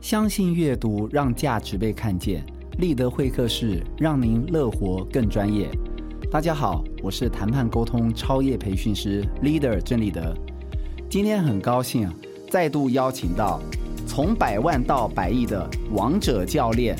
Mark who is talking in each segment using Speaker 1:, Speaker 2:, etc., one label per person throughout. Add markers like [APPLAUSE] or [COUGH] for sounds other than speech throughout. Speaker 1: 相信阅读，让价值被看见。立德会客室让您乐活更专业。大家好，我是谈判沟通超业培训师 Leader 郑立德。今天很高兴啊再度邀请到从百万到百亿的王者教练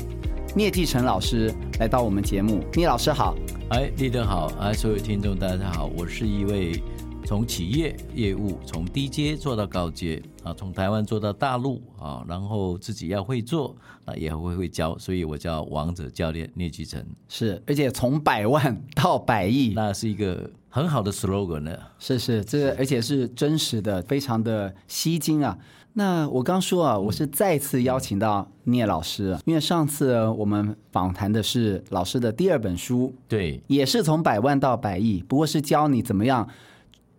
Speaker 1: 聂继成老师来到我们节目。聂老师好。
Speaker 2: 哎，立德好，啊，所有听众大家好，我是一位从企业业务从低阶做到高阶啊，从台湾做到大陆啊，然后自己要会做啊，也会会教，所以我叫王者教练聂继成，
Speaker 1: 是，而且从百万到百亿，
Speaker 2: 那是一个很好的 slogan 呢。
Speaker 1: 是是，这个而且是真实的，非常的吸睛啊。那我刚说啊，我是再次邀请到聂老师啊，因为上次我们访谈的是老师的第二本书，
Speaker 2: 对，
Speaker 1: 也是从百万到百亿，不过是教你怎么样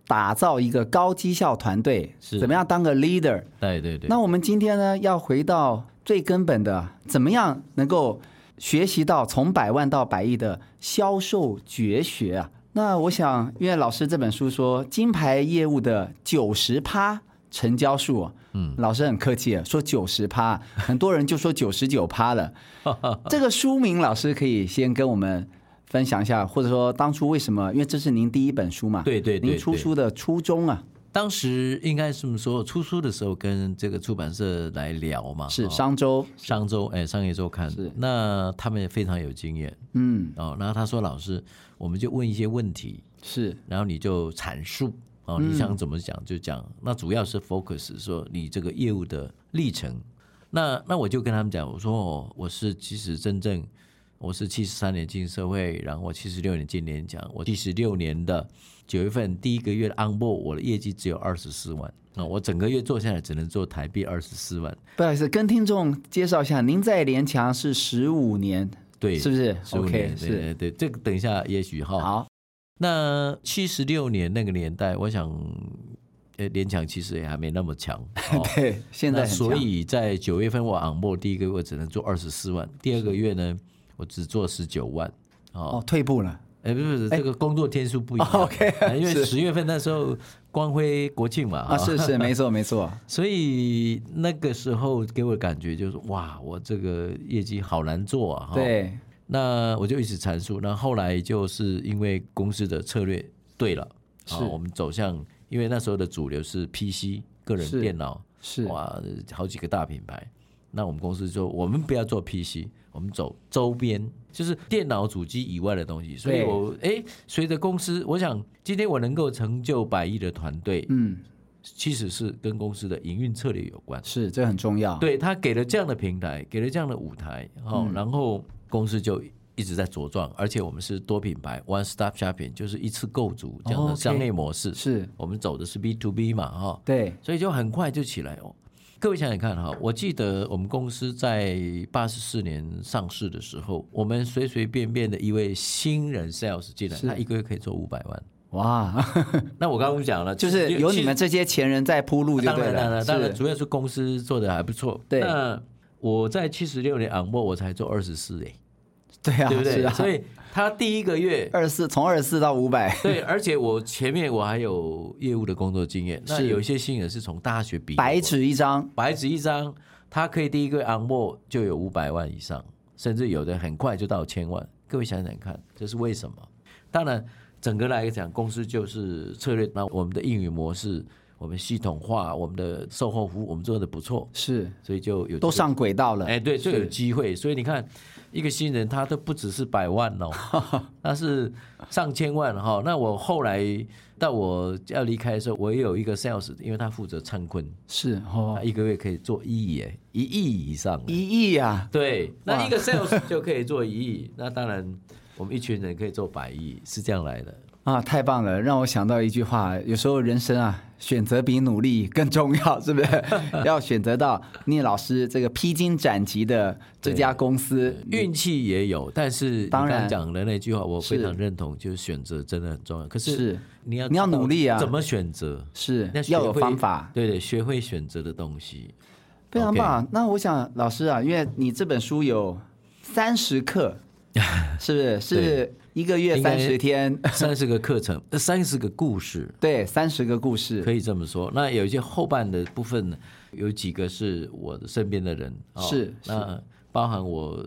Speaker 1: 打造一个高绩效团队，
Speaker 2: 是
Speaker 1: 怎么样当个 leader。
Speaker 2: 对对对，
Speaker 1: 那我们今天呢，要回到最根本的，怎么样能够学习到从百万到百亿的销售绝学啊？那我想，因为老师这本书说金牌业务的九十趴成交数啊，嗯，老师很客气啊，说九十趴，很多人就说九十九趴
Speaker 2: [LAUGHS]
Speaker 1: 了。这个书名，老师可以先跟我们分享一下，或者说当初为什么？因为这是您第一本书嘛，
Speaker 2: 对对对
Speaker 1: 您出
Speaker 2: 对
Speaker 1: 书的初衷啊，
Speaker 2: 当时应该是这么说，出书的时候跟这个出版社来聊嘛，
Speaker 1: 是
Speaker 2: 哦
Speaker 1: 商周，
Speaker 2: 商周哎商业周刊
Speaker 1: 是，
Speaker 2: 那他们也非常有经验
Speaker 1: 嗯，
Speaker 2: 哦，然后他说老师，我们就问一些问题，
Speaker 1: 是
Speaker 2: 然后你就阐述哦，
Speaker 1: 嗯
Speaker 2: 你想怎么讲就讲。那主要是 focus 说你这个业务的历程。那那我就跟他们讲，我说、哦、我是其实真正我是七十三年进社会，然后我七十六年进联讲，我七十六年的九月份第一个月的 on board，我的业绩只有二十四万啊、我整个月做下来只能做台币二十四万，
Speaker 1: 不好意思，跟听众介绍一下，您在联强是十五年，
Speaker 2: 对，
Speaker 1: 是不是
Speaker 2: 15
Speaker 1: ？OK，
Speaker 2: 年
Speaker 1: 是
Speaker 2: 对对对，这个等一下也许哈，
Speaker 1: 好，
Speaker 2: 那七十六年那个年代，我想，呃，联强其实也还没那么强。哦
Speaker 1: 对， [LAUGHS] 现在
Speaker 2: 那
Speaker 1: 很
Speaker 2: 所
Speaker 1: 强
Speaker 2: 以在九月份我 on board 第一个月我只能做二十四万，第二个月呢，我只做十九万。
Speaker 1: 哦
Speaker 2: 哦，
Speaker 1: 退步了，
Speaker 2: 哎、不是不是，这个工作天数不一样。
Speaker 1: 哦，OK，
Speaker 2: 啊因为
Speaker 1: 是
Speaker 2: 十月份那时候光辉国庆嘛，
Speaker 1: 啊，
Speaker 2: 哈
Speaker 1: 是
Speaker 2: [LAUGHS]
Speaker 1: 是，没错没错，
Speaker 2: 所以那个时候给我的感觉就是哇，我这个业绩好难做啊。哈，
Speaker 1: 对，
Speaker 2: 那我就一直阐述。那后来就是因为公司的策略对了，
Speaker 1: 是
Speaker 2: 啊我们走向，因为那时候的主流是 PC 个
Speaker 1: 是
Speaker 2: 人电脑，
Speaker 1: 是
Speaker 2: 哇，好几个大品牌。那我们公司说，我们不要做 PC，我们走周边，就是电脑主机以外的东西。所以
Speaker 1: 对
Speaker 2: 我哎，随着公司，我想今天我能够成就百亿的团队，
Speaker 1: 嗯，
Speaker 2: 其实是跟公司的营运策略有关。
Speaker 1: 是这很重要，，
Speaker 2: 对他给了这样的平台，给了这样的舞台，哦，
Speaker 1: 嗯
Speaker 2: 然后公司就一直在茁壮，而且我们是多品牌 one stop shopping，就是一次购足这样
Speaker 1: 哦
Speaker 2: 的
Speaker 1: ，OK
Speaker 2: 商业模式。
Speaker 1: 是，
Speaker 2: 我们走的是 B to B 嘛，哈、
Speaker 1: 对，
Speaker 2: 所以就很快就起来哦。各位想想看哈、我记得我们公司在八十四年上市的时候，我们随随便便的一位新人 sales 进来，
Speaker 1: 是
Speaker 2: 他一个月可以做五百万。
Speaker 1: 哇， [LAUGHS]
Speaker 2: 那我刚刚不是讲了，
Speaker 1: 就是有你们这些前人在铺路就
Speaker 2: 当
Speaker 1: 对
Speaker 2: 然，当
Speaker 1: 了，
Speaker 2: 然，当然，
Speaker 1: 是
Speaker 2: 主要是公司做的还不错。
Speaker 1: 对
Speaker 2: 那我在七十六年 on board，我才做二十四哎，
Speaker 1: 对啊，
Speaker 2: 对不
Speaker 1: 是
Speaker 2: 对？
Speaker 1: 啊，
Speaker 2: 所以他第一个
Speaker 1: [LAUGHS]
Speaker 2: 月，
Speaker 1: 二四从二四到五百，
Speaker 2: 对，而且我前面我还有业务的工作经验。那
Speaker 1: 是
Speaker 2: 有一些新人是从大学毕业，
Speaker 1: 白纸一张，
Speaker 2: 白纸一张，他可以第一个月 on board 就有五百万以上，甚至有的很快就到千万。各位想想看，这是为什么？当然，整个来讲，公司就是策略，那我们的应用模式。我们系统化，我们的售后服务，我们做的不错，
Speaker 1: 是
Speaker 2: 所以就有
Speaker 1: 都上轨道了，
Speaker 2: 哎，对，就是有机会。所以你看，一个新人他都不只是百万
Speaker 1: [LAUGHS]
Speaker 2: 哦，那是上千万哈、那我后来到我要离开的时候，我也有一个 sales，因为他负责参坤，
Speaker 1: 是哦
Speaker 2: 他，一个月可以做一亿耶，一亿以上。
Speaker 1: 一亿啊，
Speaker 2: 对，那一个 sales 就可以做一亿，那当然我们一群人可以做百亿，是这样来的。
Speaker 1: 啊，太棒了！让我想到一句话，有时候人生啊，选择比努力更重要，是不
Speaker 2: [LAUGHS]
Speaker 1: 是？要选择到聂老师这个披荆斩棘的这家公司，
Speaker 2: 运气也有，但是你
Speaker 1: 当然
Speaker 2: 刚讲的那句话，我非
Speaker 1: 是
Speaker 2: 常认同，就是选择真的很重要。可是
Speaker 1: 是
Speaker 2: 你要
Speaker 1: 你要
Speaker 2: 知道
Speaker 1: 努力啊
Speaker 2: 怎么选择？
Speaker 1: 是
Speaker 2: 那学
Speaker 1: 要有
Speaker 2: 会
Speaker 1: 方法，
Speaker 2: 对对，学会选择的东西。
Speaker 1: 非常棒。那我想
Speaker 2: [LAUGHS]
Speaker 1: 老师啊，因为你这本书有三十课，是不是？是一个月
Speaker 2: 应
Speaker 1: 三
Speaker 2: 该
Speaker 1: 十天，
Speaker 2: 三十个课程，呃三十个故事，
Speaker 1: 对，三十个故事，
Speaker 2: 可以这么说。那有一些后半的部分呢，有几个是我的身边的人，哦
Speaker 1: 是是
Speaker 2: 那包含我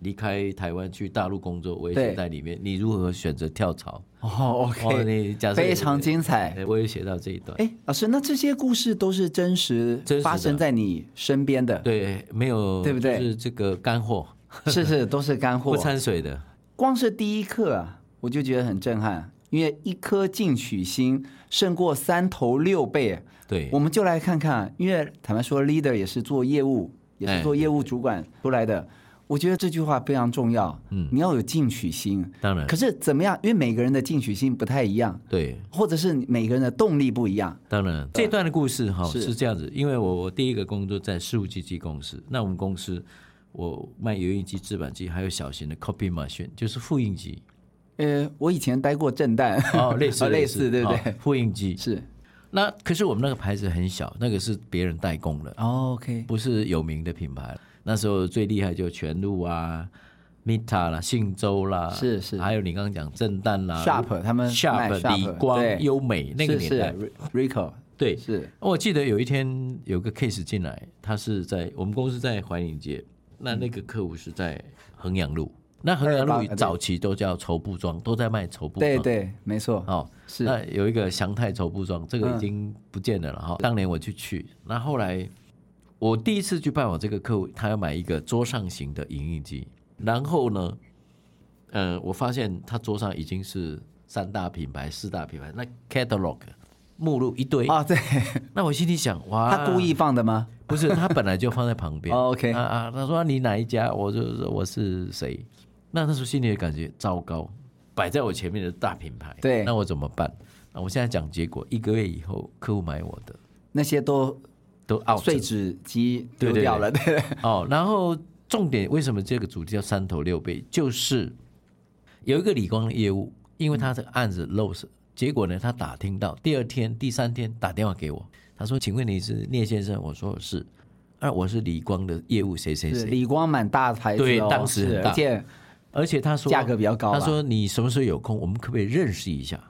Speaker 2: 离开台湾去大陆工作，我也
Speaker 1: 对
Speaker 2: 写在里面。你如何选择跳槽？
Speaker 1: 哦
Speaker 2: 哦
Speaker 1: ，OK，
Speaker 2: 你假设
Speaker 1: 非常精彩。
Speaker 2: 对我也写到这一段。
Speaker 1: 哎，老师，那这些故事都是真实
Speaker 2: 真实的
Speaker 1: 发生在你身边的，
Speaker 2: 对，没有，
Speaker 1: 哎对不对
Speaker 2: 就是这个干货， [LAUGHS]
Speaker 1: 是是，都是干
Speaker 2: 不
Speaker 1: 货。
Speaker 2: 掺水的。
Speaker 1: 光是第一课啊，我就觉得很震撼，因为一颗进取心胜过三头六臂。
Speaker 2: 对
Speaker 1: 我，们就来看看，因为坦白说，leader 也是做业务，也是
Speaker 2: 哎
Speaker 1: 做业务主管出来的。我觉得这句话非常重要，嗯，你要有进取心。
Speaker 2: 当然
Speaker 1: 可，是怎么样？因为每个人的进取心不太一样，
Speaker 2: 对，
Speaker 1: 或者是每个人的动力不一样。
Speaker 2: 当然，这段的故事哈、
Speaker 1: 是
Speaker 2: 是这样子，因为我我第一个工作在事务机器公司，那我们公司我卖油印机、制版机，还有小型的 copy machine，就是复印机，
Speaker 1: 呃，我以前待过震旦，
Speaker 2: [LAUGHS] 哦，类
Speaker 1: [LAUGHS]
Speaker 2: 似
Speaker 1: 哦类似，对不对？
Speaker 2: 哦复印机
Speaker 1: 是
Speaker 2: 那可是我们那个牌子很小，那个是别人代工的，
Speaker 1: 哦，OK，
Speaker 2: 不是有名的品牌。那时候最厉害就全路啊、Mita 啦、信州啦，
Speaker 1: 是是
Speaker 2: 还有你刚刚讲震旦啦
Speaker 1: Sharp 他们卖
Speaker 2: Sharp、
Speaker 1: Sharp，
Speaker 2: 理光
Speaker 1: 对、
Speaker 2: 优美那个
Speaker 1: 是
Speaker 2: 年代，
Speaker 1: 是 Rico
Speaker 2: 对，
Speaker 1: 是
Speaker 2: 哦我记得有一天有个 case 进来，他是在我们公司在怀宁街，
Speaker 1: 嗯
Speaker 2: 那那个客户是在衡阳路。那衡阳
Speaker 1: 二八
Speaker 2: 路
Speaker 1: 哎对
Speaker 2: 早期都叫绸布庄，都在卖绸布庄。
Speaker 1: 对对，没错，
Speaker 2: 哦，
Speaker 1: 是
Speaker 2: 那有一个祥泰绸布庄，这个
Speaker 1: 嗯
Speaker 2: 已经不见了了哈、当年我就去，那后来我第一次去拜访这个客户，他要买一个桌上型的影印机，然后呢，呃，我发现他桌上已经是三大品牌、四大品牌，那 catalog 目录一堆
Speaker 1: 啊，对，
Speaker 2: 那我心里想，哇，
Speaker 1: 他故意放的吗？
Speaker 2: 不是他本来就放在旁
Speaker 1: [LAUGHS]
Speaker 2: 边。
Speaker 1: 哦，OK
Speaker 2: 啊啊，他说啊你哪一家？我就说我是谁？那那时候心里的感觉糟糕，摆在我前面的大品牌，
Speaker 1: 对
Speaker 2: 那我怎么办？啊那我现在讲结果，一个月以后客户买我的
Speaker 1: 那些都
Speaker 2: 都 out
Speaker 1: 碎纸机丢
Speaker 2: 对对
Speaker 1: 掉了，对
Speaker 2: [LAUGHS] 哦，然后重点为什么这个主题叫三头六臂？就是有一个理光的业务，因为他的案子 lose，结果呢，他打听到第二天、第三天打电话给我，他说：“请问你是聂先生？”我说：“是。”啊，我是理光的业务谁谁
Speaker 1: 是
Speaker 2: 谁，
Speaker 1: 李光满大牌子、哦，
Speaker 2: 对当时
Speaker 1: 是
Speaker 2: 很大
Speaker 1: 而且
Speaker 2: 而且他说
Speaker 1: 价格比较高吧
Speaker 2: 他说你什么时候有空？我们可不可以认识一下？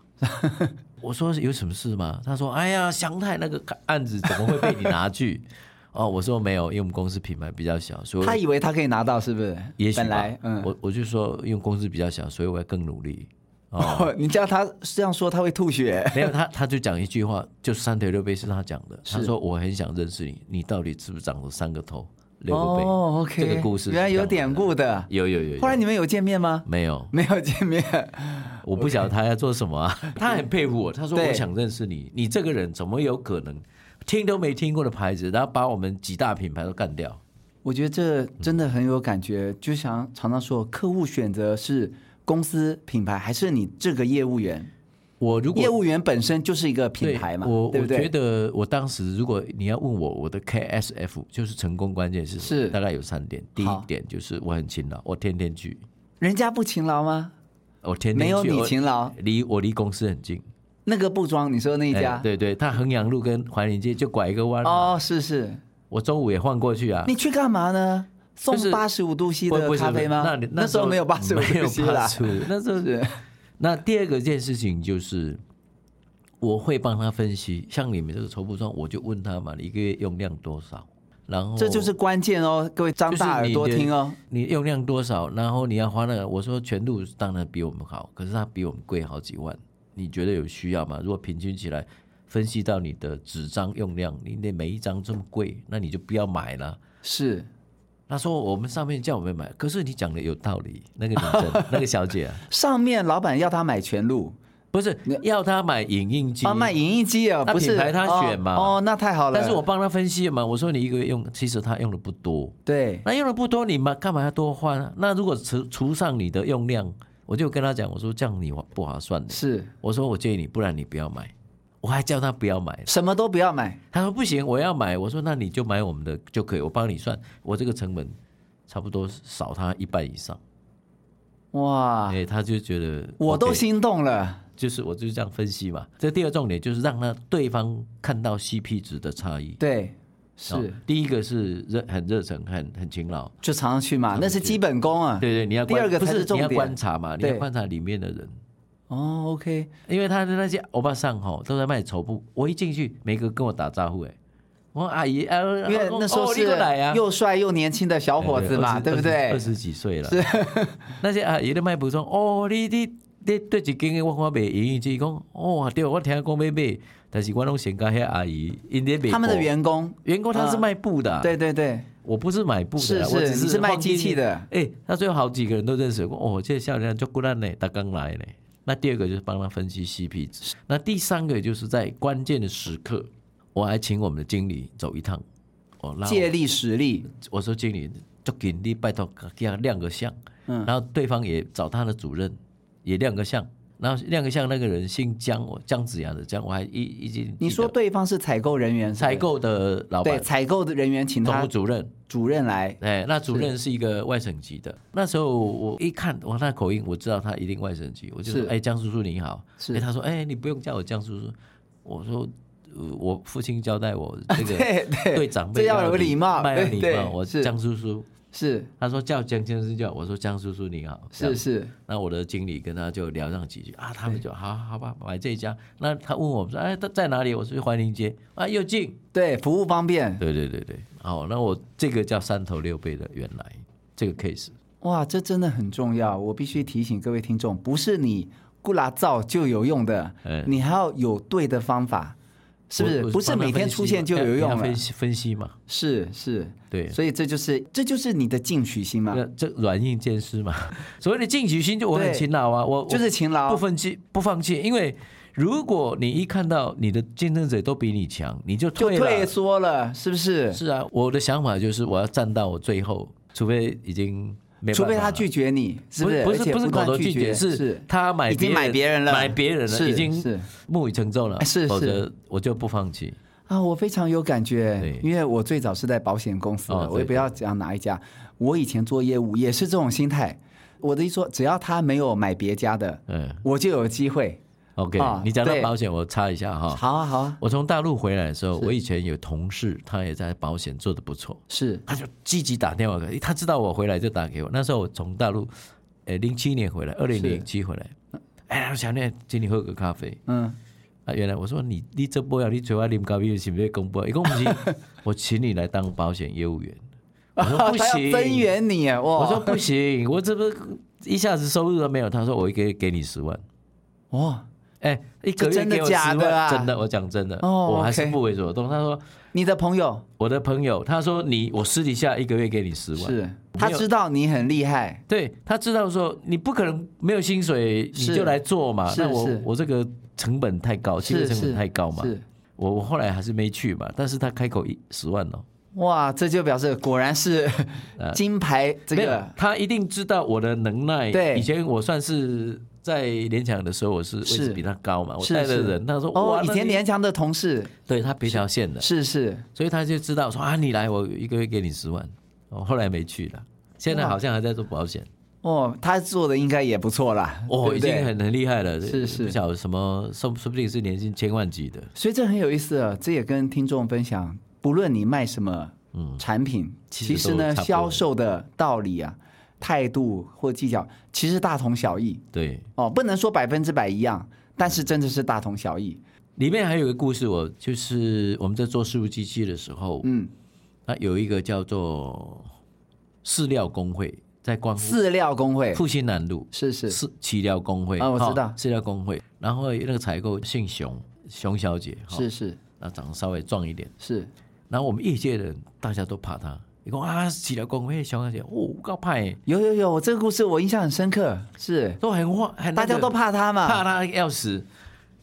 Speaker 2: [LAUGHS] 我说有什么事吗？他说：“哎呀，祥泰那个案子怎么会被你拿去？” [LAUGHS] 哦，我说没有，因为我们公司品牌比较小，所以
Speaker 1: 他以为他可以拿到，是不是？
Speaker 2: 也许吧
Speaker 1: 本来嗯，
Speaker 2: 我我就说，因为公司比较小，所以我要更
Speaker 1: [LAUGHS]
Speaker 2: 努力。
Speaker 1: 哦，你叫他这样说，他会吐血。
Speaker 2: 没有他，他就讲一句话，就三腿六臂是他讲的。他说：“我很想认识你，你到底是不是长了三个头六个背？”
Speaker 1: 哦，OK，
Speaker 2: 这个故事是
Speaker 1: 原来有
Speaker 2: 这样
Speaker 1: 典
Speaker 2: 子的，
Speaker 1: 故的。
Speaker 2: 有有有有
Speaker 1: 后来你们有见面
Speaker 2: [LAUGHS]
Speaker 1: 吗？
Speaker 2: 没有？
Speaker 1: 没有见面，
Speaker 2: 嗯我不晓得他要做什么啊。 [LAUGHS] 他很佩服我，他说：“
Speaker 1: 对
Speaker 2: 我想认识你，你这个人怎么有可能听都没听过的牌子，然后把我们几大品牌都干掉？”
Speaker 1: 我觉得这真的很有感觉。就想常常说，客户选择是公司品牌还是你这个业务员？
Speaker 2: 我如果
Speaker 1: 业务员本身就是一个
Speaker 2: 对
Speaker 1: 品牌嘛，
Speaker 2: 我
Speaker 1: 对不
Speaker 2: 我
Speaker 1: 对？
Speaker 2: 觉得我当时如果你要问我，我的 KSF 就是成功关键是什么
Speaker 1: 是
Speaker 2: 大概有三点。第一
Speaker 1: 好
Speaker 2: 点就是我很勤劳，我天天去，
Speaker 1: 人家不勤劳吗？
Speaker 2: 我天天
Speaker 1: 没
Speaker 2: 去
Speaker 1: 有你
Speaker 2: 我
Speaker 1: 勤劳。
Speaker 2: 离我离公司很近。
Speaker 1: 那个布庄，你说那一家？
Speaker 2: 哎对对，他衡阳路跟怀宁街就拐一个弯嘛。
Speaker 1: 哦，是是，
Speaker 2: 我中午也晃过去啊。
Speaker 1: 你去干嘛呢？送
Speaker 2: 就是
Speaker 1: 八十五度 C
Speaker 2: 不
Speaker 1: 的
Speaker 2: 不是
Speaker 1: 咖啡吗？
Speaker 2: 那你
Speaker 1: 时候没有八十五
Speaker 2: 没
Speaker 1: 度
Speaker 2: 有
Speaker 1: C 啦，
Speaker 2: 85那时候
Speaker 1: 是
Speaker 2: 那第二个件事情就是，我会帮他分析，像你们这个绸布装，我就问他嘛，你一个月用量多少，然后
Speaker 1: 这就是关键哦，各位张大耳朵听哦。
Speaker 2: 你用量多少，然后你要花那个。我说全路当然比我们好，可是它比我们贵好几万，你觉得有需要吗？如果平均起来，分析到你的纸张用量，你那每一张这么贵，那你就不要买了。
Speaker 1: 是
Speaker 2: 他说我们上面叫我们买，可是你讲的有道理。那个女生，那个小姐啊、
Speaker 1: 上面老板要他买全路
Speaker 2: 不是要她买影印机
Speaker 1: 啊，卖影印机啊，
Speaker 2: 那
Speaker 1: 不是
Speaker 2: 品牌他选嘛
Speaker 1: 哦，哦那太好了。
Speaker 2: 但是我帮她分析了嘛，我说你一个月用，其实她用的不多。
Speaker 1: 对
Speaker 2: 那用的不多，你嘛干嘛要多换、啊？那如果除除上你的用量，我就跟他讲，我说这样你不划算的。
Speaker 1: 是
Speaker 2: 我说我建议你，不然你不要买。我还叫他不要买，
Speaker 1: 什么都不要买，
Speaker 2: 他说不行，我要买。我说那你就买我们的就可以，我帮你算，我这个成本差不多少他一半以上。
Speaker 1: 哇，
Speaker 2: 哎，他就觉得
Speaker 1: 啊我都
Speaker 2: OK，
Speaker 1: 心动了。
Speaker 2: 就是我就是这样分析嘛。这第二重点就是让他对方看到 CP 值的差异。
Speaker 1: 对，
Speaker 2: 哦
Speaker 1: 是，
Speaker 2: 第一个是热很热诚，很很勤劳。
Speaker 1: 就常常去嘛，那是基本功啊。
Speaker 2: 对对，你要
Speaker 1: 第
Speaker 2: 观
Speaker 1: 二个
Speaker 2: 不
Speaker 1: 才
Speaker 2: 是
Speaker 1: 是重
Speaker 2: 你要
Speaker 1: 点
Speaker 2: 观察嘛，你要
Speaker 1: 对
Speaker 2: 观察里面的人，
Speaker 1: 哦，OK，
Speaker 2: 因为他的那些欧巴桑吼都在卖绸布，我一进去，每个跟我打招呼哎，我说阿姨啊，因
Speaker 1: 因为那时候是
Speaker 2: 过来啊，
Speaker 1: 又帅又年轻的小伙子嘛，对不
Speaker 2: 二
Speaker 1: 对？
Speaker 2: 十几岁了， [LAUGHS] 那些阿姨都卖补充哦，你你你对一间的我看卖赢，就是讲哦，对，我听讲要卖，但是我拢先跟遐阿姨，因咧卖
Speaker 1: 他们的
Speaker 2: 布
Speaker 1: 员工，
Speaker 2: 员工他是卖布的啊、
Speaker 1: 对对对，
Speaker 2: 我不是买布的啊，
Speaker 1: 是
Speaker 2: 我
Speaker 1: 是
Speaker 2: 只
Speaker 1: 你是卖
Speaker 2: 放进
Speaker 1: 机器
Speaker 2: 去
Speaker 1: 的
Speaker 2: 哎、他最后好几个人都认识我，哦，这笑脸就过来呢，他刚来呢。那第二个就是帮他分析 CP 值，那第三个就是在关键的时刻，我还请我们的经理走一趟。哦，然后
Speaker 1: 借力使力，
Speaker 2: 我说经理，就给你拜托给他亮个相，
Speaker 1: 嗯
Speaker 2: 然后对方也找他的主任也亮个相，然后亮个相那个人姓姜，我姜子牙的姜，我还一一经
Speaker 1: 你说对方是采购人员，是不是
Speaker 2: 采购的老
Speaker 1: 对
Speaker 2: 板，
Speaker 1: 采购的人员请
Speaker 2: 总务
Speaker 1: 他
Speaker 2: 主任，
Speaker 1: 主任来，
Speaker 2: 哎，那主任是一个外省籍的。那时候我一看，哇，他口音我知道他一定外省籍，我就是说，哎，江叔叔你好。
Speaker 1: 是
Speaker 2: 哎，他说，哎，你不用叫我江叔叔。我说，呃我父亲交代我哎
Speaker 1: [LAUGHS]
Speaker 2: 这个
Speaker 1: 对对
Speaker 2: 对长辈
Speaker 1: 这要有礼貌， [LAUGHS]
Speaker 2: 要有
Speaker 1: 对
Speaker 2: 礼
Speaker 1: 对
Speaker 2: 貌。，我
Speaker 1: 是
Speaker 2: 江叔叔，
Speaker 1: 是
Speaker 2: 他说叫江先生叫我，说江叔叔你好。这样
Speaker 1: 是是，
Speaker 2: 那我的经理跟他就聊上几句啊，他们就好好吧，买这一家。那他问我们说，哎，他在哪里？我说去怀宁街啊，又近。
Speaker 1: 对服务方便，
Speaker 2: 对对对对，好，那我这个叫三头六臂的，原来这个 case。
Speaker 1: 哇，这真的很重要，我必须提醒各位听众，不是你咕啦造就有用的，
Speaker 2: 嗯
Speaker 1: 你还要有对的方法，是不是？
Speaker 2: 我
Speaker 1: 不是每天出现就有
Speaker 2: 要
Speaker 1: 用
Speaker 2: 要
Speaker 1: 了
Speaker 2: 哎分，析分析嘛，
Speaker 1: 是是，
Speaker 2: 对呃
Speaker 1: 所以这就是这就是你的进取心嘛，
Speaker 2: 那这软硬兼施嘛。所谓的进取心，就我很
Speaker 1: 对
Speaker 2: 勤劳啊，我我
Speaker 1: 就是勤劳
Speaker 2: 不，放弃不放弃，因为如果你一看到你的竞争者都比你强，你就
Speaker 1: 就
Speaker 2: 退了。
Speaker 1: 退缩了，是不是？
Speaker 2: 是啊，我的想法就是我要站到我最后，除非已经没办法
Speaker 1: 除
Speaker 2: 了
Speaker 1: 非他拒绝你，是
Speaker 2: 不
Speaker 1: 不
Speaker 2: 是不
Speaker 1: 而
Speaker 2: 是
Speaker 1: 且
Speaker 2: 不是
Speaker 1: 断
Speaker 2: 口头拒绝，
Speaker 1: 是
Speaker 2: 是他买
Speaker 1: 已经买别人了
Speaker 2: 买别人了，
Speaker 1: 是
Speaker 2: 已经
Speaker 1: 是
Speaker 2: 木已成舟了
Speaker 1: 哎，是是
Speaker 2: 否则我就不放弃。
Speaker 1: 啊，我非常有感觉
Speaker 2: 对，
Speaker 1: 因为我最早是在保险公司的，
Speaker 2: 哦对
Speaker 1: 我也不要讲哪一家，我以前做业务也是这种心态。我的意思说，只要他没有买别家的，
Speaker 2: 嗯
Speaker 1: 我就有机会。
Speaker 2: ，OK，
Speaker 1: 啊
Speaker 2: 你讲到
Speaker 1: 对
Speaker 2: 保险，我插一下哈。
Speaker 1: 好啊，好啊，
Speaker 2: 我从大陆回来的时候，我以前有同事，他也在保险做的不错，
Speaker 1: 是
Speaker 2: 他就积极打电话给，他知道我回来就打给我。那时候我从大陆，呃，零七年回来，二零零七回来，哎，小念，请你喝个咖啡。
Speaker 1: 嗯，
Speaker 2: 啊，原来我说你你这波要你嘴巴啉咖啡是不是公布？一啊共不行，
Speaker 1: [LAUGHS]
Speaker 2: 我请你来当保险业务员。我说啊不
Speaker 1: 哦他要
Speaker 2: 行，
Speaker 1: 增援你啊，哇！
Speaker 2: 我说不行，我这不一下子收入都没有。他说我给给你十万，
Speaker 1: 哇，
Speaker 2: 哎，一
Speaker 1: 这
Speaker 2: 个月
Speaker 1: 真的
Speaker 2: 给我
Speaker 1: 假
Speaker 2: 十
Speaker 1: 的
Speaker 2: 万，
Speaker 1: 啊
Speaker 2: 真的，我讲真的，
Speaker 1: 哦
Speaker 2: 我还是
Speaker 1: OK
Speaker 2: 不为所动。他说。
Speaker 1: 你的朋友
Speaker 2: 我的朋友他说你，我私底下一个月给你十万。
Speaker 1: 是他知道你很厉害，
Speaker 2: 对他知道说你不可能没有薪水你
Speaker 1: 是
Speaker 2: 就来做嘛，
Speaker 1: 是
Speaker 2: 那我
Speaker 1: 是
Speaker 2: 我这个成本太高，薪水
Speaker 1: 是
Speaker 2: 成
Speaker 1: 是
Speaker 2: 本太高嘛，
Speaker 1: 是
Speaker 2: 我我后来还是没去嘛，但是他开口一十万哦，
Speaker 1: 哇，这就表示果然是金牌这
Speaker 2: 呃没有
Speaker 1: 个，
Speaker 2: 他一定知道我的能耐。
Speaker 1: 对
Speaker 2: 以前我算是在联想的时候，我是位
Speaker 1: 是
Speaker 2: 置比他高嘛，我
Speaker 1: 是
Speaker 2: 带的
Speaker 1: 是
Speaker 2: 人，他说
Speaker 1: 哦
Speaker 2: 哇，，
Speaker 1: 以
Speaker 2: 那
Speaker 1: 前
Speaker 2: 你
Speaker 1: 联强的同事
Speaker 2: 对他别条线的，
Speaker 1: 是是
Speaker 2: 所以他就知道说啊，你来我一个月给你十万，我后来没去了，现在好像还在做保险。
Speaker 1: 哦，他做的应该也不错啦，
Speaker 2: 哦，
Speaker 1: [LAUGHS] 对
Speaker 2: 已
Speaker 1: 不对
Speaker 2: 经很很厉害了，
Speaker 1: 是是
Speaker 2: 不晓得什么，说说不定是年薪千万级的。
Speaker 1: 所以这很有意思啊，这也跟听众分享，不论你卖什么产品，
Speaker 2: 嗯其
Speaker 1: 其
Speaker 2: 实
Speaker 1: 实
Speaker 2: 都
Speaker 1: 呢，
Speaker 2: 差不多
Speaker 1: 销售的道理啊、态度或技巧，其实大同小异
Speaker 2: 对，
Speaker 1: 哦，不能说百分之百一样，但是真的是大同小异。
Speaker 2: 里面还有一个故事，我就是我们在做事务机器的时候，
Speaker 1: 嗯，
Speaker 2: 那有一个叫做饲料工会，在光复
Speaker 1: 饲料工会
Speaker 2: 复兴南路
Speaker 1: 是是
Speaker 2: 饲饲料工会
Speaker 1: 啊我知道
Speaker 2: 哈饲料工会，然后那个采购姓熊，熊小姐，哈
Speaker 1: 是，是
Speaker 2: 那长得稍微壮一点，
Speaker 1: 是，
Speaker 2: 然后我们业界的人大家都怕她，你讲啊，饲料工会熊小姐，哦，够派耶，
Speaker 1: 有有有，这个故事我印象很深刻，是
Speaker 2: 都很慌，很
Speaker 1: 大
Speaker 2: 那个
Speaker 1: 家都怕他嘛，
Speaker 2: 怕她要死。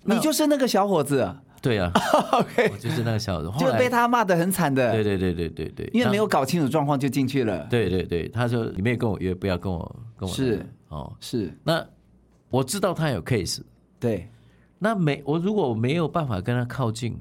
Speaker 1: 你就是那个小伙子，
Speaker 2: 对
Speaker 1: [LAUGHS]
Speaker 2: 啊，OK，我就是那个小子，后
Speaker 1: 就
Speaker 2: 来
Speaker 1: 被他骂得很惨的，
Speaker 2: 对对对对对对，
Speaker 1: 因为没
Speaker 2: 有
Speaker 1: 有搞清楚状况就进去了，
Speaker 2: 对对对，他说你没有跟我约，不要跟我跟我
Speaker 1: 是
Speaker 2: 来哦。
Speaker 1: 是，
Speaker 2: 那我知道他有 case，
Speaker 1: 对，
Speaker 2: 那没我如果没有办法跟他靠近，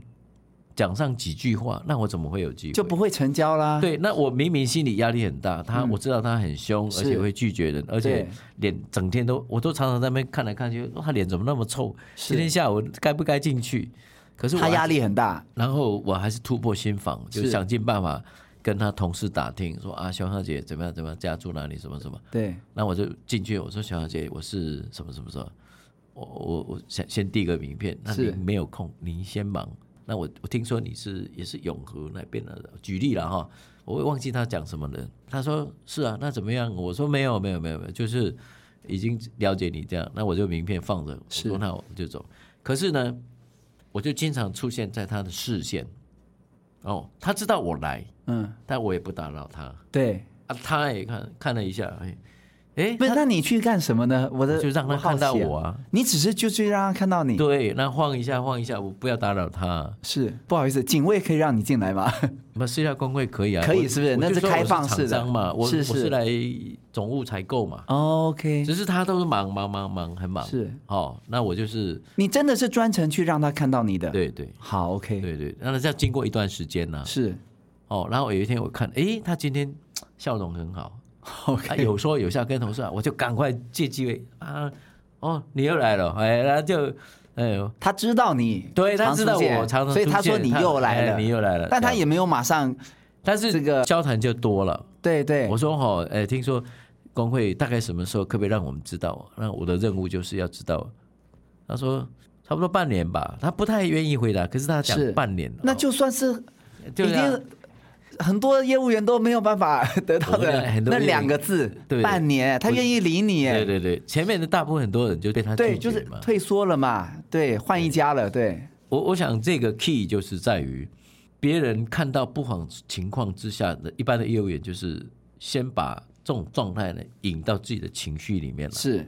Speaker 2: 讲上几句话，那我怎么会有机会？
Speaker 1: 就不会成交啦，
Speaker 2: 对，那我明明心理压力很大，他、我知道他很凶，而且
Speaker 1: 是
Speaker 2: 会拒绝人，而且
Speaker 1: 对
Speaker 2: 脸整天都，我都常常在那边看来看去，哇他脸怎么那么臭？
Speaker 1: 是
Speaker 2: 今天下午该不该进去？可是我
Speaker 1: 他
Speaker 2: 还
Speaker 1: 压力很大，
Speaker 2: 然后我还是突破心防，就是想尽办法跟他同事打听，说啊，肖小姐怎么样怎么样，家住哪里，什么什么。
Speaker 1: 对，
Speaker 2: 那我就进去，我说小小姐，我是什么什么什么，我我我先先递个名片，那
Speaker 1: 是
Speaker 2: 您没有空，您先忙。那我我听说你是也是永和那边的，举例了哈，我会忘记他讲什么人。他说是啊，那怎么样？我说没有没有没有没有，就是已经了解你这样，那我就名片放着，我
Speaker 1: 是
Speaker 2: 说那我就走。可是呢，我就经常出现在他的视线，哦，他知道我来，
Speaker 1: 嗯，
Speaker 2: 但我也不打扰他啊，
Speaker 1: 对，
Speaker 2: 他也看看了一下，哎哎
Speaker 1: 不，是，那你去干什么呢？我的
Speaker 2: 就让他看到我，
Speaker 1: 好奇
Speaker 2: 啊。
Speaker 1: 你只是就是让他看到你，
Speaker 2: 对，那晃一下，晃一下，我不要打扰他。
Speaker 1: 是不好意思，警卫可以让你进来吗？
Speaker 2: 那私下工会可以啊，
Speaker 1: 可以
Speaker 2: 我
Speaker 1: 是不是
Speaker 2: 我
Speaker 1: 那
Speaker 2: 就是说我
Speaker 1: 开放式的
Speaker 2: 厂商嘛，我
Speaker 1: 是
Speaker 2: 我
Speaker 1: 是
Speaker 2: 是来总务采购嘛，
Speaker 1: OK，
Speaker 2: 只是他都是忙忙忙忙，很忙。
Speaker 1: 是
Speaker 2: 哦，那我就是
Speaker 1: 你真的是专程去让他看到你的。，
Speaker 2: 对对
Speaker 1: 好 OK，
Speaker 2: 对对，那这样经过一段时间呢、
Speaker 1: 是
Speaker 2: 哦，然后有一天我看，诶，他今天笑容很好，
Speaker 1: OK，[LAUGHS]
Speaker 2: 啊、有说有笑，跟同事啊，我就赶快借机会啊，哦，你又来了，哎，然后就，哎呦，
Speaker 1: 他知道你，
Speaker 2: 对他知道
Speaker 1: 出现
Speaker 2: 我常常出现，
Speaker 1: 所以他说你又来
Speaker 2: 哎
Speaker 1: 了，
Speaker 2: 你又来了，
Speaker 1: 但
Speaker 2: 这
Speaker 1: 他
Speaker 2: 样
Speaker 1: 也没有马上，
Speaker 2: 但是
Speaker 1: 这个
Speaker 2: 交谈就多了。
Speaker 1: 对对
Speaker 2: 我，说哈，哎，听说工会大概什么时候可不可以让我们知道？那我的任务就是要知道。他说差不多半年吧，他不太愿意回答，可是他讲
Speaker 1: 是
Speaker 2: 半年，
Speaker 1: 那就算是
Speaker 2: 哦
Speaker 1: 一
Speaker 2: 对啊
Speaker 1: 定很多业务员都没有办法 [LAUGHS] 得到
Speaker 2: 我跟你
Speaker 1: 的
Speaker 2: 讲很多
Speaker 1: 那
Speaker 2: 业务
Speaker 1: 两个字，
Speaker 2: 对
Speaker 1: 半年，他愿意理你耶，
Speaker 2: 对对对，前面的大部分很多人就被他
Speaker 1: 哎对，
Speaker 2: 拒
Speaker 1: 就是
Speaker 2: 绝嘛。
Speaker 1: 退缩了嘛，对，换一家了，对，
Speaker 2: 我我想这个 key 就是在于别人看到不好情况之下的一般的业务员，就是先把这种状态呢引到自己的情绪里面来。
Speaker 1: 是，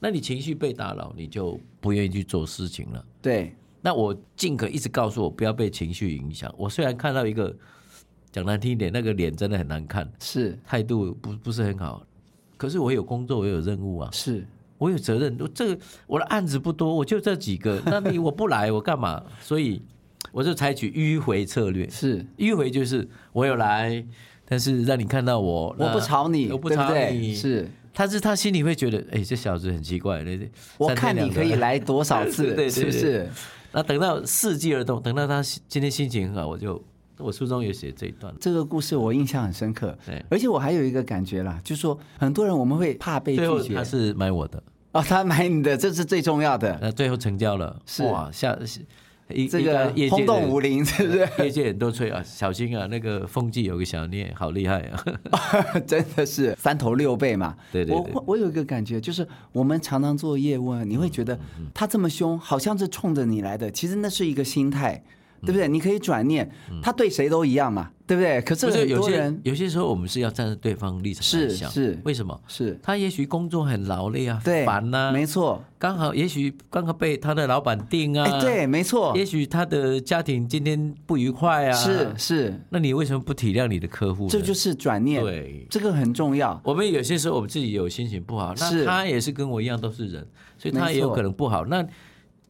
Speaker 2: 那你情绪被打扰，你就不愿意去做事情了。
Speaker 1: 对，
Speaker 2: 那我尽可一直告诉我不要被情绪影响。我虽然看到一个讲难听一点，那个脸真的很难看，
Speaker 1: 是
Speaker 2: 态度不不是很好，可是我有工作，我有任务啊，
Speaker 1: 是，
Speaker 2: 我有责任。我这个我的案子不多，我就这几个，那你我不来我干嘛？所以我就采取迂回策略，
Speaker 1: 是，
Speaker 2: 迂回就是我有来，但是让你看到我，
Speaker 1: 我不吵你，
Speaker 2: 我不
Speaker 1: 对
Speaker 2: 吵
Speaker 1: 不
Speaker 2: 你，
Speaker 1: 对？是
Speaker 2: 但是他心里会觉得，哎、这小子很奇怪。那那
Speaker 1: 我
Speaker 2: 三天
Speaker 1: 看
Speaker 2: 两
Speaker 1: 你
Speaker 2: 头
Speaker 1: 可以来多少次，
Speaker 2: [LAUGHS] 对对对
Speaker 1: 是不
Speaker 2: 对
Speaker 1: 是？
Speaker 2: 那等到伺机而动，等到他心今天心情很好，我就我书中有写这一段。
Speaker 1: 这个故事我印象很深刻
Speaker 2: 对，
Speaker 1: 而且我还有一个感觉啦，就是说很多人我们会怕被
Speaker 2: 最后
Speaker 1: 拒绝
Speaker 2: 他是买我的，
Speaker 1: 哦，他买你的这是最重要的，
Speaker 2: 那最后成交了，
Speaker 1: 是
Speaker 2: 哇，下是一
Speaker 1: 这个
Speaker 2: 一
Speaker 1: 轰动武
Speaker 2: 业
Speaker 1: 林是不
Speaker 2: 界
Speaker 1: 是？ [LAUGHS]
Speaker 2: 的业界人都吹啊，小心啊，那个风纪有个小聂，好厉害啊！
Speaker 1: 真的是三头六臂嘛。
Speaker 2: 对对对
Speaker 1: 我我有一个感觉，就是我们常常做业务，啊，你会觉
Speaker 2: 嗯
Speaker 1: 得他这么凶，好像是冲着你来的，其实那是一个心态。
Speaker 2: 嗯
Speaker 1: 对不对？你可以转念，他对谁都一样嘛，对不对？可是
Speaker 2: 不是
Speaker 1: 很
Speaker 2: 有
Speaker 1: 多
Speaker 2: 些
Speaker 1: 人
Speaker 2: 有些时候我们是要站在对方立场来
Speaker 1: 是
Speaker 2: 想，
Speaker 1: 是
Speaker 2: 为什么？
Speaker 1: 是
Speaker 2: 他也许工作很劳累啊，
Speaker 1: 对
Speaker 2: 烦呐、
Speaker 1: 没错，
Speaker 2: 刚好也许刚好被他的老板定
Speaker 1: 哎
Speaker 2: 啊，，
Speaker 1: 对，没错，
Speaker 2: 也许他的家庭今天不愉快啊，
Speaker 1: 是，是，
Speaker 2: 那你为什么不体谅你的客户呢？
Speaker 1: 这就是转念，
Speaker 2: 对，
Speaker 1: 这个很重要。
Speaker 2: 我们有些时候我们自己有心情不好，
Speaker 1: 是
Speaker 2: 那他也是跟我一样都是人，所以他
Speaker 1: 没错
Speaker 2: 也有可能不好。那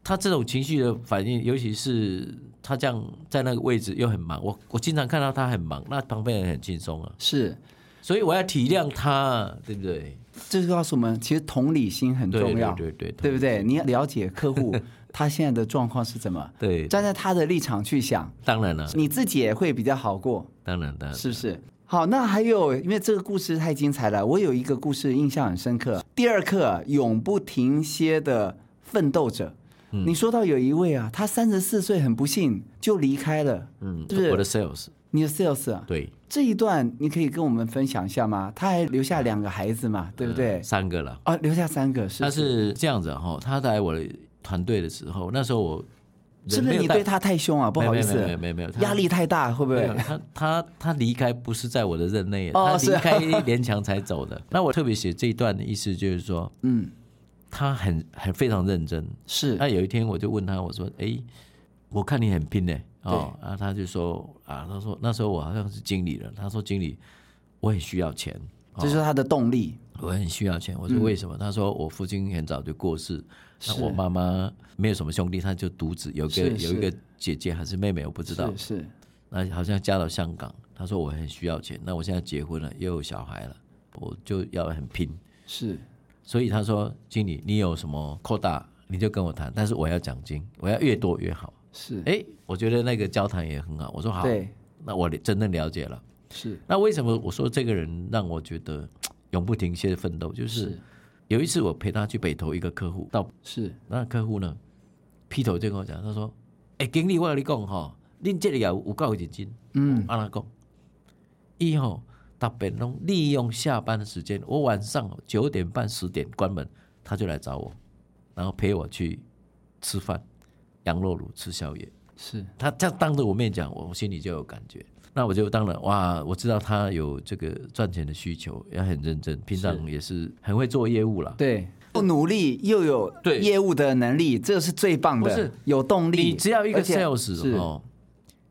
Speaker 2: 他这种情绪的反应，尤其是他这样在那个位置又很忙，我我经常看到他很忙，那旁边人很轻松啊，
Speaker 1: 是，
Speaker 2: 所以我要体谅他，对不对？
Speaker 1: 这就告诉我们，其实同理心很
Speaker 2: 对
Speaker 1: 重要，
Speaker 2: 对对对
Speaker 1: 对不对？你要了解客
Speaker 2: [LAUGHS]
Speaker 1: 户他现在的状况是怎么，
Speaker 2: 对，嗯
Speaker 1: 站在他的立场去想，
Speaker 2: 当然了，
Speaker 1: 你自己也会比较好过，
Speaker 2: 当然当然
Speaker 1: 是不是？好，那还有，因为这个故事太精彩了，我有一个故事印象很深刻。第二课，啊永不停歇的奋斗者。
Speaker 2: 嗯
Speaker 1: 你说到有一位啊，他三十四岁很不幸就离开了，
Speaker 2: 嗯
Speaker 1: 是不是
Speaker 2: 我的 sales
Speaker 1: 你的 sales 啊，
Speaker 2: 对，
Speaker 1: 这一段你可以跟我们分享一下吗？他还留下两个孩子嘛，对不对
Speaker 2: 呃？三个了。
Speaker 1: 啊，留下三个是
Speaker 2: 他是这样子哈、他来我的团队的时候，那时候我
Speaker 1: 是
Speaker 2: 人
Speaker 1: 不
Speaker 2: 没
Speaker 1: 是
Speaker 2: 有
Speaker 1: 你
Speaker 2: 带
Speaker 1: 对他太凶啊？不好意思，
Speaker 2: 没有没有没有没有，他
Speaker 1: 压力太大，会不
Speaker 2: 没
Speaker 1: 会
Speaker 2: 有？他他他离开不是在我的任内，
Speaker 1: 哦
Speaker 2: 他离
Speaker 1: 是啊
Speaker 2: 开联强才走的。 [LAUGHS] 那我特别写这一段的意思就是说，
Speaker 1: 嗯，
Speaker 2: 他很很非常认真。
Speaker 1: 是
Speaker 2: 那有一天我就问他，我说：“哎，我看你很拼呢。”哦，然后他就说：“啊，他说那时候我好像是经理了。”他说：“经理，我很需要钱，
Speaker 1: 这就是他的动力，
Speaker 2: 我很需要钱。”我说：“为什么？”他说：“我父亲很早就过世，那
Speaker 1: 嗯是
Speaker 2: 我妈妈没有什么兄弟，她就独子，有个
Speaker 1: 是
Speaker 2: 有一
Speaker 1: 是
Speaker 2: 个姐姐还是妹妹，我不知道。
Speaker 1: 是是，
Speaker 2: 那好像嫁到香港，他说我很需要钱，那我现在结婚了，又有小孩了，我就要很拼。
Speaker 1: 是
Speaker 2: 所以他说，经理，你有什么扩大，你就跟我谈，但是我要奖金，我要越多越好。
Speaker 1: 是
Speaker 2: 哎，我觉得那个交谈也很好。我说好，
Speaker 1: 对，
Speaker 2: 那我真正了解了。
Speaker 1: 是
Speaker 2: 那为什么我说这个人让我觉得永不停歇的奋斗？就是
Speaker 1: 是
Speaker 2: 有一次我陪他去北投一个客户，到
Speaker 1: 是
Speaker 2: 那客户呢劈头就跟我讲，他说：“哎、经理，我跟你讲吼，恁这里也有有够认真，
Speaker 1: 嗯，
Speaker 2: 安怎讲？伊吼答辩拢利用下班的时间，我晚上九点半十点关门，他就来找我，然后陪我去吃饭，羊肉炉吃宵夜。
Speaker 1: 是
Speaker 2: 他这样当着我面讲，我心里就有感觉。那我就当然哇，我知道他有这个赚钱的需求，也很认真，平常也是很会做业务啦。
Speaker 1: 对，又努力又有
Speaker 2: 对
Speaker 1: 业务的能力，这是最棒的，
Speaker 2: 不是
Speaker 1: 有动力。
Speaker 2: 你只要一个
Speaker 1: 而且
Speaker 2: sales
Speaker 1: 是
Speaker 2: 哦，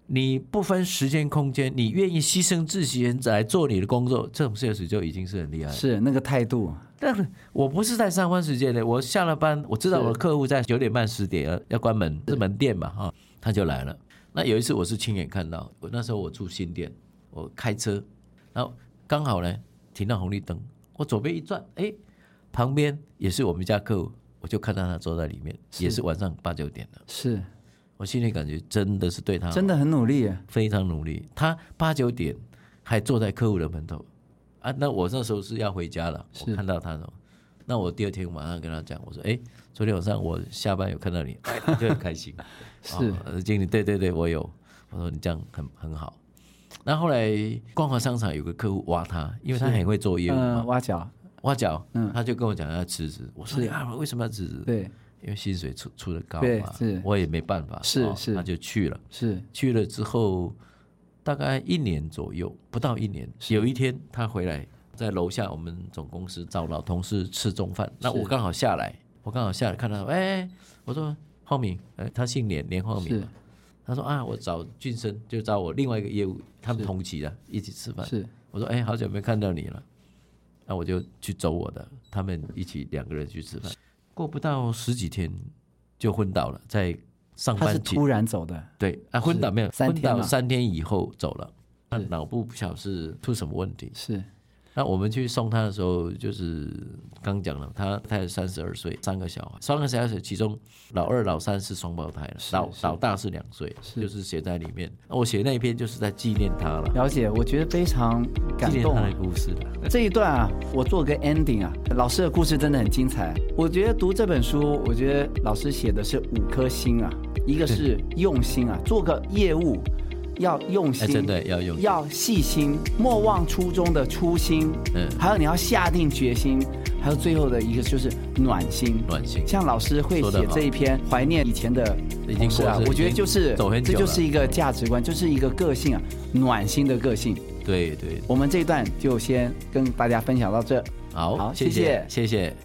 Speaker 2: 你不分时间空间，你愿意牺牲自己来做你的工作，这种 sales 就已经是很厉害了。
Speaker 1: 是那个态度，
Speaker 2: 但是我不是在上班时间内，我下了班，我知道
Speaker 1: 是
Speaker 2: 我的客户在九点半十点要要关门，是门店嘛哈、他就来了。那有一次我是亲眼看到，我那时候我住新店，我开车，然后刚好呢停到红绿灯，我左边一转，哎，旁边也是我们家客户，我就看到他坐在里面，也是晚上八九点了。
Speaker 1: 是
Speaker 2: 我心里感觉真的是对他
Speaker 1: 真的很努力。啊
Speaker 2: 非常努力，他八九点还坐在客户的门头啊。那我那时候是要回家了，我看到他了。那我第二天晚上跟他讲，我说：“哎、昨天晚上我下班有看到你，哎他就很
Speaker 1: [LAUGHS]
Speaker 2: 开心。
Speaker 1: 是
Speaker 2: 哦经理，对对对，我有。我说你这样很很好。那后来光华商场有个客户挖他，因为他很会做业务
Speaker 1: 嗯，
Speaker 2: 嘛，
Speaker 1: 挖角，
Speaker 2: 挖角，
Speaker 1: 嗯
Speaker 2: 他就跟我讲要辞职。我说你啊，为什么要辞职？
Speaker 1: 对，
Speaker 2: 因为薪水出出的高
Speaker 1: 对
Speaker 2: 嘛
Speaker 1: 是，
Speaker 2: 我也没办法，
Speaker 1: 是
Speaker 2: 哦
Speaker 1: 是
Speaker 2: 那就去了。
Speaker 1: 是
Speaker 2: 去了之后，大概一年左右，不到一年，有一天他回来，在楼下我们总公司找老同事吃中饭，那我刚好下来，我刚好下来看到，哎，我说浩明，哎，他姓连，连浩明
Speaker 1: 是
Speaker 2: 嘛，他说啊，我找俊生，就找我另外一个业务，他们
Speaker 1: 是
Speaker 2: 同期的，一起吃饭，
Speaker 1: 是
Speaker 2: 我说哎，好久没看到你了，那我就去走我的，他们一起两个人去吃饭，过不到十几天就昏倒了，在上
Speaker 1: 他
Speaker 2: 班
Speaker 1: 是
Speaker 2: 期
Speaker 1: 突然走的，
Speaker 2: 对啊，昏倒没有，
Speaker 1: 三
Speaker 2: 昏
Speaker 1: 天
Speaker 2: 倒
Speaker 1: 嘛
Speaker 2: 三天以后走了，那脑部不晓得是出什么问题。
Speaker 1: 是
Speaker 2: 那我们去送他的时候，就是刚讲了，他才三十二岁，三个小孩，三个小孩，其中老二、老三是双胞胎了，老老大是两岁，就是写在里面。那我写那一篇就是在纪念他了，
Speaker 1: 了解，我觉得非常感
Speaker 2: 纪念
Speaker 1: 动
Speaker 2: 他
Speaker 1: 啊。
Speaker 2: 的故事了。
Speaker 1: 这一段啊，我做个 ending 啊。老师的故事真的很精彩，我觉得读这本书，我觉得老师写的是五颗心啊，一个是用心啊，做个业务要用
Speaker 2: 哎，
Speaker 1: 心，
Speaker 2: 真的要用，
Speaker 1: 要细心，莫忘初衷的初心，
Speaker 2: 嗯，
Speaker 1: 还有你要下定决心，还有最后的一个就是暖心。
Speaker 2: 暖心。
Speaker 1: 像老师会
Speaker 2: 说得
Speaker 1: 写
Speaker 2: 好
Speaker 1: 这一篇怀念以前的
Speaker 2: 已经
Speaker 1: 同事啊
Speaker 2: 过世，
Speaker 1: 我觉
Speaker 2: 已
Speaker 1: 得
Speaker 2: 经
Speaker 1: 就是
Speaker 2: 走很
Speaker 1: 这
Speaker 2: 久了
Speaker 1: 就是一个价值观，就是一个个性啊，暖心的个性。
Speaker 2: 对对，
Speaker 1: 我们这一段就先跟大家分享到这。
Speaker 2: 好，
Speaker 1: 好
Speaker 2: 谢
Speaker 1: 谢
Speaker 2: 谢谢谢。